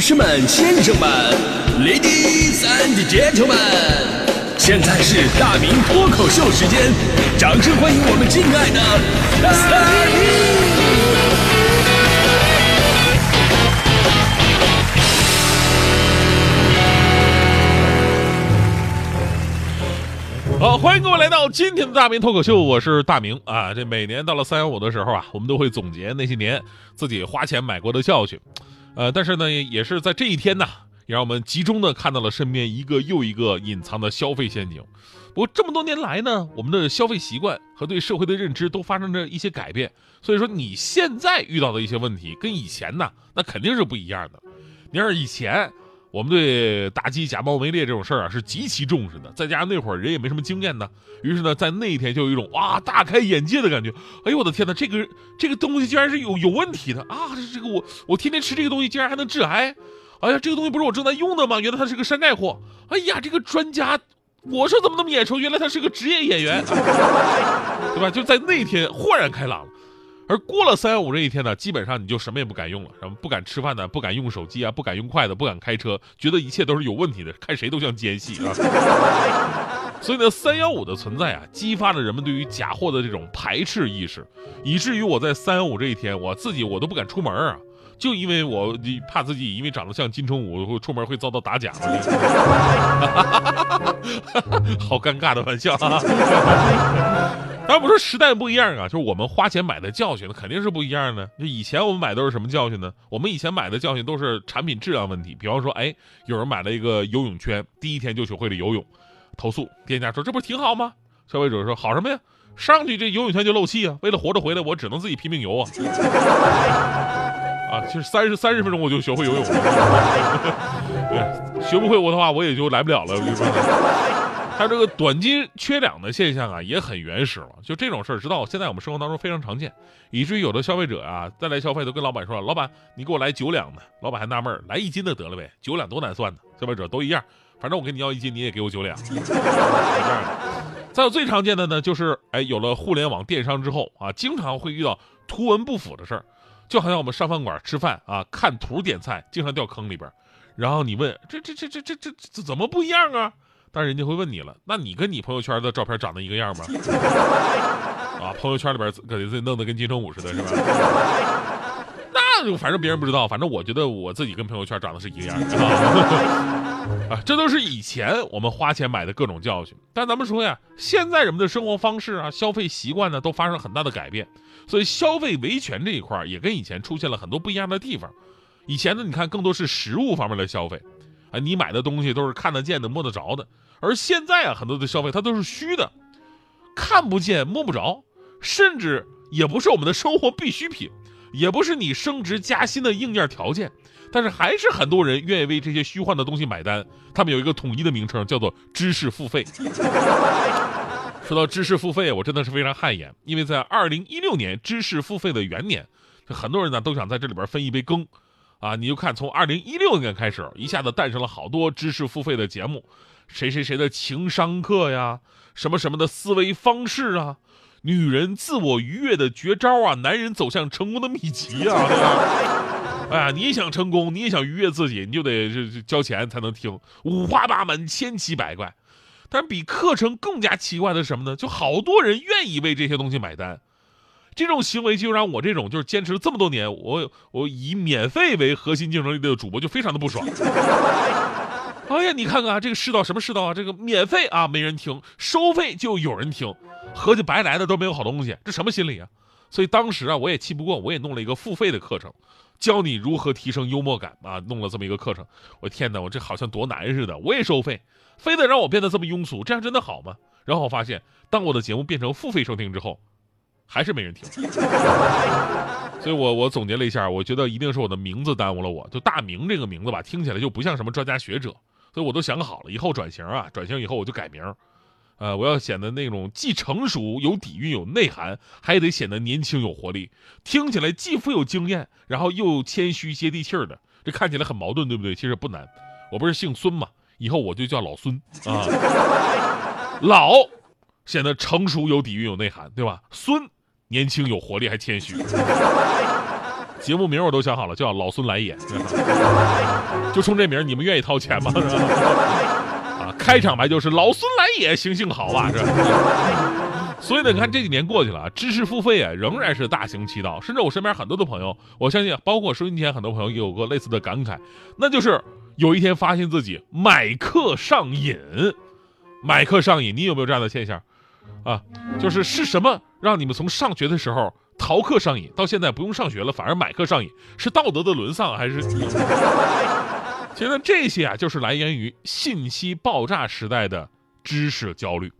士们、先生们，Ladies and Gentlemen，现在是大明脱口秀时间，掌声欢迎我们敬爱的大明！好，欢迎各位来到今天的大明脱口秀，我是大明啊。这每年到了三幺五的时候啊，我们都会总结那些年自己花钱买过的教训，呃，但是呢，也是在这一天呢，也让我们集中的看到了身边一个又一个隐藏的消费陷阱。不过这么多年来呢，我们的消费习惯和对社会的认知都发生着一些改变，所以说你现在遇到的一些问题跟以前呢，那肯定是不一样的。你要是以前我们对打击假冒伪劣这种事儿啊是极其重视的，再加上那会儿人也没什么经验呢，于是呢，在那一天就有一种哇大开眼界的感觉。哎呦我的天哪，这个这个东西竟然是有有问题的啊！这这个我我天天吃这个东西，竟然还能致癌！哎呀，这个东西不是我正在用的吗？原来它是个山寨货！哎呀，这个专家，我说怎么那么眼熟？原来他是个职业演员， 对吧？就在那天豁然开朗了。而过了三幺五这一天呢，基本上你就什么也不敢用了，什么不敢吃饭呢，不敢用手机啊，不敢用筷子，不敢开车，觉得一切都是有问题的，看谁都像奸细啊。 所以呢，三幺五的存在啊，激发了人们对于假货的这种排斥意识，以至于我在三幺五这一天，我自己我都不敢出门啊，就因为我怕自己因为长得像金城武，会出门会遭到打假嘛。 好尴尬的玩笑啊！当然，我说时代不一样啊，就是我们花钱买的教训肯定是不一样的。就以前我们买都是什么教训呢？我们以前买的教训都是产品质量问题，比方说，哎，有人买了一个游泳圈，第一天就学会了游泳，投诉店家说这不是挺好吗？消费者说好什么呀？上去这游泳圈就漏气啊！为了活着回来，我只能自己拼命游啊！啊，其实三十三十分钟我就学会游泳 了，对，学不会我的话，我也就来不了了，我就说。还有这个短斤缺两的现象啊，也很原始了。就这种事儿，直到现在我们生活当中非常常见，以至于有的消费者啊，再来消费都跟老板说：“老板，你给我来九两的。”老板还纳闷儿：“来一斤的得了呗，九两多难算呢。”消费者都一样，反正我跟你要一斤，你也给我九两。这样的。再有最常见的呢，就是哎，有了互联网电商之后啊，经常会遇到图文不符的事儿，就好像我们上饭馆吃饭啊，看图点菜，经常掉坑里边儿。然后你问这这这这这这这怎么不一样啊？但是人家会问你了，那你跟你朋友圈的照片长得一个样吗？啊，朋友圈里边可得自己弄得跟金城武似的，是吧？ 那就反正别人不知道，反正我觉得我自己跟朋友圈长得是一个样的。啊，这都是以前我们花钱买的各种教训。但咱们说呀，现在人们的生活方式啊、消费习惯呢，都发生了很大的改变，所以消费维权这一块儿也跟以前出现了很多不一样的地方。以前呢，你看更多是实物方面的消费，啊，你买的东西都是看得见的、摸得着的，而现在啊，很多的消费它都是虚的，看不见、摸不着，甚至也不是我们的生活必需品，也不是你升职加薪的硬件条件。但是还是很多人愿意为这些虚幻的东西买单，他们有一个统一的名称，叫做知识付费。说到知识付费，我真的是非常汗颜，因为在二零一六年知识付费的元年，这很多人呢都想在这里边分一杯羹，啊，你就看从二零一六年开始，一下子诞生了好多知识付费的节目，谁谁谁的情商课呀，什么什么的思维方式啊，女人自我愉悦的绝招啊，男人走向成功的秘籍啊，对吧？哎呀，你想成功，你也想愉悦自己，你就得是是交钱才能听，五花八门，千奇百怪。但比课程更加奇怪的是什么呢？就好多人愿意为这些东西买单，这种行为就让我这种就是坚持了这么多年，我我以免费为核心竞争力的主播就非常的不爽。 哎呀，你看看啊，这个世道什么世道啊？这个免费啊没人听，收费就有人听，合计白来的都没有好东西，这什么心理啊？所以当时啊，我也气不过，我也弄了一个付费的课程，教你如何提升幽默感啊，弄了这么一个课程。我天哪，我这好像多难似的，我也收费，非得让我变得这么庸俗，这样真的好吗？然后我发现，当我的节目变成付费收听之后，还是没人听。所以我我总结了一下，我觉得一定是我的名字耽误了我。就大明这个名字吧，听起来就不像什么专家学者，所以我都想好了，以后转型啊，转型以后我就改名儿。呃，我要显得那种既成熟、有底蕴、有内涵，还得显得年轻、有活力，听起来既富有经验，然后又谦虚、接地气儿的，这看起来很矛盾，对不对？其实不难，我不是姓孙嘛，以后我就叫老孙啊。老显得成熟、有底蕴、有内涵，对吧？孙年轻、有活力，还谦虚。节目名我都想好了，叫老孙来也， 就冲这名儿你们愿意掏钱吗？ 啊，开场白就是老孙来也，行行好吧，这。所以呢，你看这几年过去了啊，知识付费啊仍然是大行其道，甚至我身边很多的朋友，我相信啊包括收音前很多朋友也有过类似的感慨，那就是有一天发现自己买课上瘾，买课上瘾，你有没有这样的现象？啊，就是是什么让你们从上学的时候逃课上瘾，到现在不用上学了，反而买课上瘾，是道德的沦丧啊还是？其实呢这些啊，就是来源于信息爆炸时代的知识焦虑。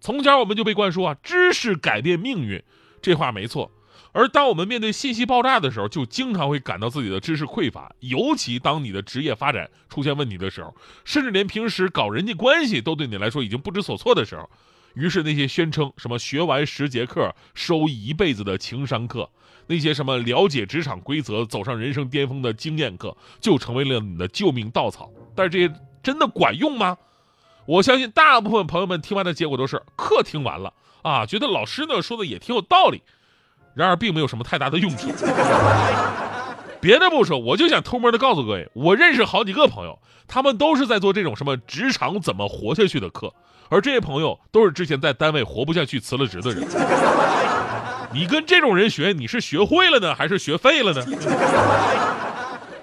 从小我们就被灌输啊，知识改变命运，这话没错。而当我们面对信息爆炸的时候，就经常会感到自己的知识匮乏，尤其当你的职业发展出现问题的时候，甚至连平时搞人际关系都对你来说已经不知所措的时候，于是那些宣称什么学完十节课收一辈子的情商课，那些什么了解职场规则走上人生巅峰的经验课，就成为了你的救命稻草。但是这些真的管用吗？我相信大部分朋友们听完的结果都是课听完了啊，觉得老师呢说的也挺有道理，然而并没有什么太大的用处。别的不说，我就想偷摸的告诉各位，我认识好几个朋友，他们都是在做这种什么职场怎么活下去的课，而这些朋友都是之前在单位活不下去辞了职的人。你跟这种人学，你是学会了呢，还是学废了呢？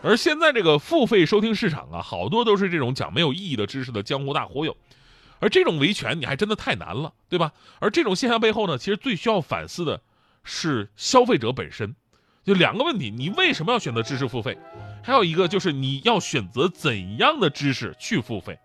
而现在这个付费收听市场啊，好多都是这种讲没有意义的知识的江湖大忽悠，而这种维权你还真的太难了，对吧？而这种现象背后呢，其实最需要反思的是消费者本身。就两个问题，你为什么要选择知识付费？还有一个就是你要选择怎样的知识去付费？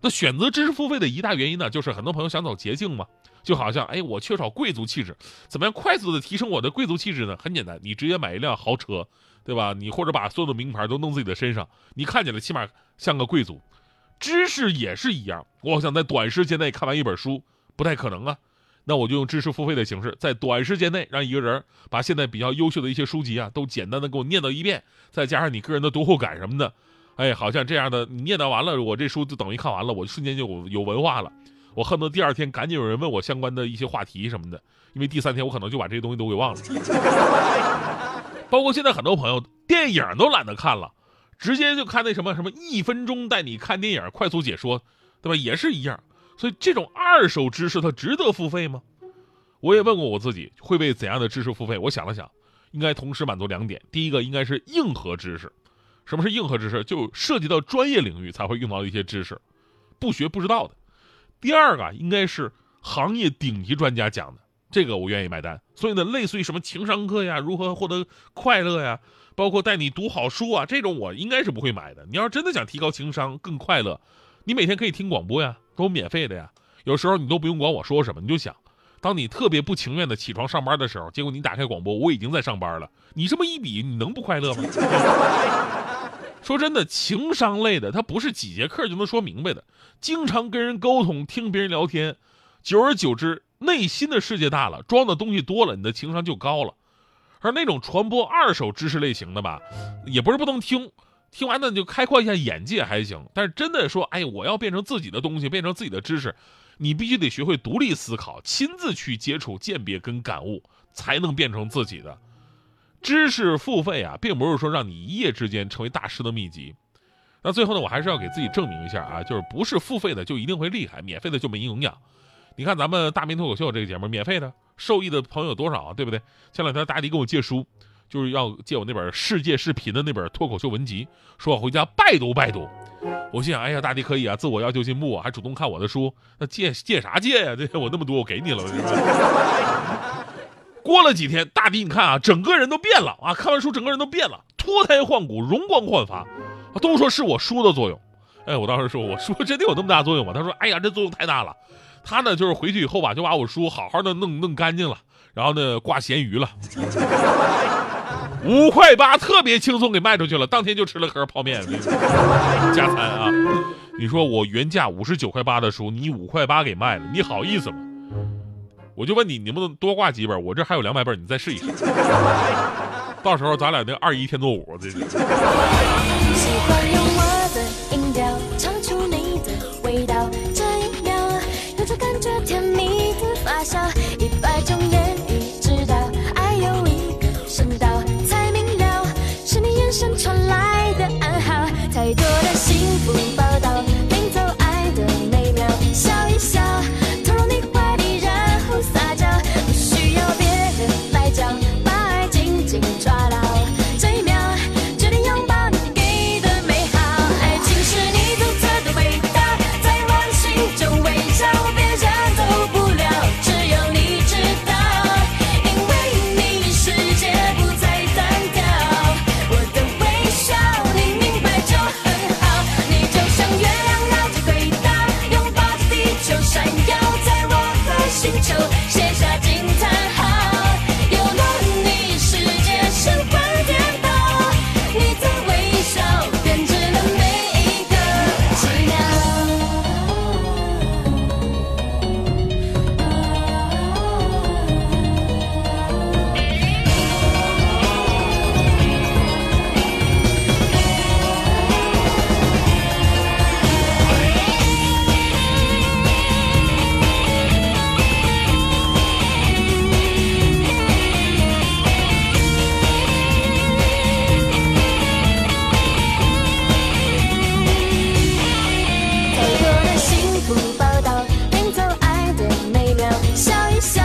那选择知识付费的一大原因呢，就是很多朋友想走捷径嘛，就好像哎，我缺少贵族气质，怎么样快速的提升我的贵族气质呢？很简单，你直接买一辆豪车，对吧？你或者把所有的名牌都弄自己的身上，你看起来起码像个贵族。知识也是一样，我想在短时间内看完一本书不太可能啊，那我就用知识付费的形式，在短时间内让一个人把现在比较优秀的一些书籍啊，都简单的给我念叨一遍，再加上你个人的读后感什么的，哎，好像这样的你念叨完了，我这书就等于看完了，我瞬间就有有文化了。我恨不得第二天赶紧有人问我相关的一些话题什么的，因为第三天我可能就把这些东西都给忘了。包括现在很多朋友电影都懒得看了，直接就看那什么什么一分钟带你看电影快速解说，对吧？也是一样。所以这种二手知识它值得付费吗？我也问过我自己会为怎样的知识付费，我想了想，应该同时满足两点。第一个应该是硬核知识，什么是硬核知识？就涉及到专业领域才会用到的一些知识，不学不知道的。第二个啊应该是行业顶级专家讲的，这个我愿意买单。所以呢，类似于什么情商课呀，如何获得快乐呀，包括带你读好书啊，这种我应该是不会买的。你要是真的想提高情商，更快乐，你每天可以听广播呀，都免费的呀。有时候你都不用管我说什么，你就想，当你特别不情愿的起床上班的时候，结果你打开广播，我已经在上班了。你这么一比，你能不快乐吗？ 说真的，情商类的，它不是几节课就能说明白的。经常跟人沟通，听别人聊天，久而久之，内心的世界大了，装的东西多了，你的情商就高了。而那种传播二手知识类型的吧，也不是不能听，听完呢你就开阔一下眼界还行。但是真的说，哎，我要变成自己的东西，变成自己的知识，你必须得学会独立思考，亲自去接触、鉴别跟感悟，才能变成自己的。知识付费啊，并不是说让你一夜之间成为大师的秘籍。那最后呢，我还是要给自己证明一下啊，就是不是付费的就一定会厉害，免费的就没营养。你看咱们大明脱口秀这个节目，免费的，受益的朋友有多少啊？对不对？前两天大迪跟我借书，就是要借我那本世界视频的那本脱口秀文集，说我回家拜读拜读。我心想，哎呀，大迪可以啊，自我要求进步啊，还主动看我的书，那借借啥借呀、这我那么多，我给你了。 是吧过了几天，大迪你看啊，整个人都变了啊！看完书，整个人都变了，脱胎换骨，容光焕发。啊都说是我书的作用，哎，我当时说我书真的有那么大作用吗？他说，哎呀，这作用太大了。他呢，就是回去以后吧，就把我书好好的弄弄干净了，然后呢，挂咸鱼了，五块八，特别轻松给卖出去了，当天就吃了盒泡面，加餐啊！你说我原价五十九块八的书，你五块八给卖了，你好意思吗？我就问你，你能不能多挂几本？我这还有两百本，你再试一试。到时候咱俩那二一天作五，这是喜欢用我的音调唱出你的味道，这一秒有种感觉甜蜜的发酵，一百种言语直到爱有一个深度才明了，太多的幸福报道，领走爱的每秒，笑一笑，投入你怀里，然后撒娇，不需要别人来教，把爱紧紧抓牢，这一秒决定拥抱你给的美好，爱情是你独特的味道，在我心中微笑，别人走不了，只有你知道，因为你世界不再单调，我的微笑你明白就很好，你就像月亮绕着轨道，拥抱着地球闪耀，在我和星球写下惊叹号，有了你世界神魂颠倒，你的微笑编织了每一个奇妙。太多的幸福报道，领走爱的每秒，笑一笑，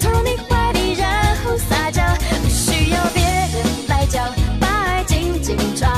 投入你怀里，然后撒娇，不需要别人来教，把爱紧紧抓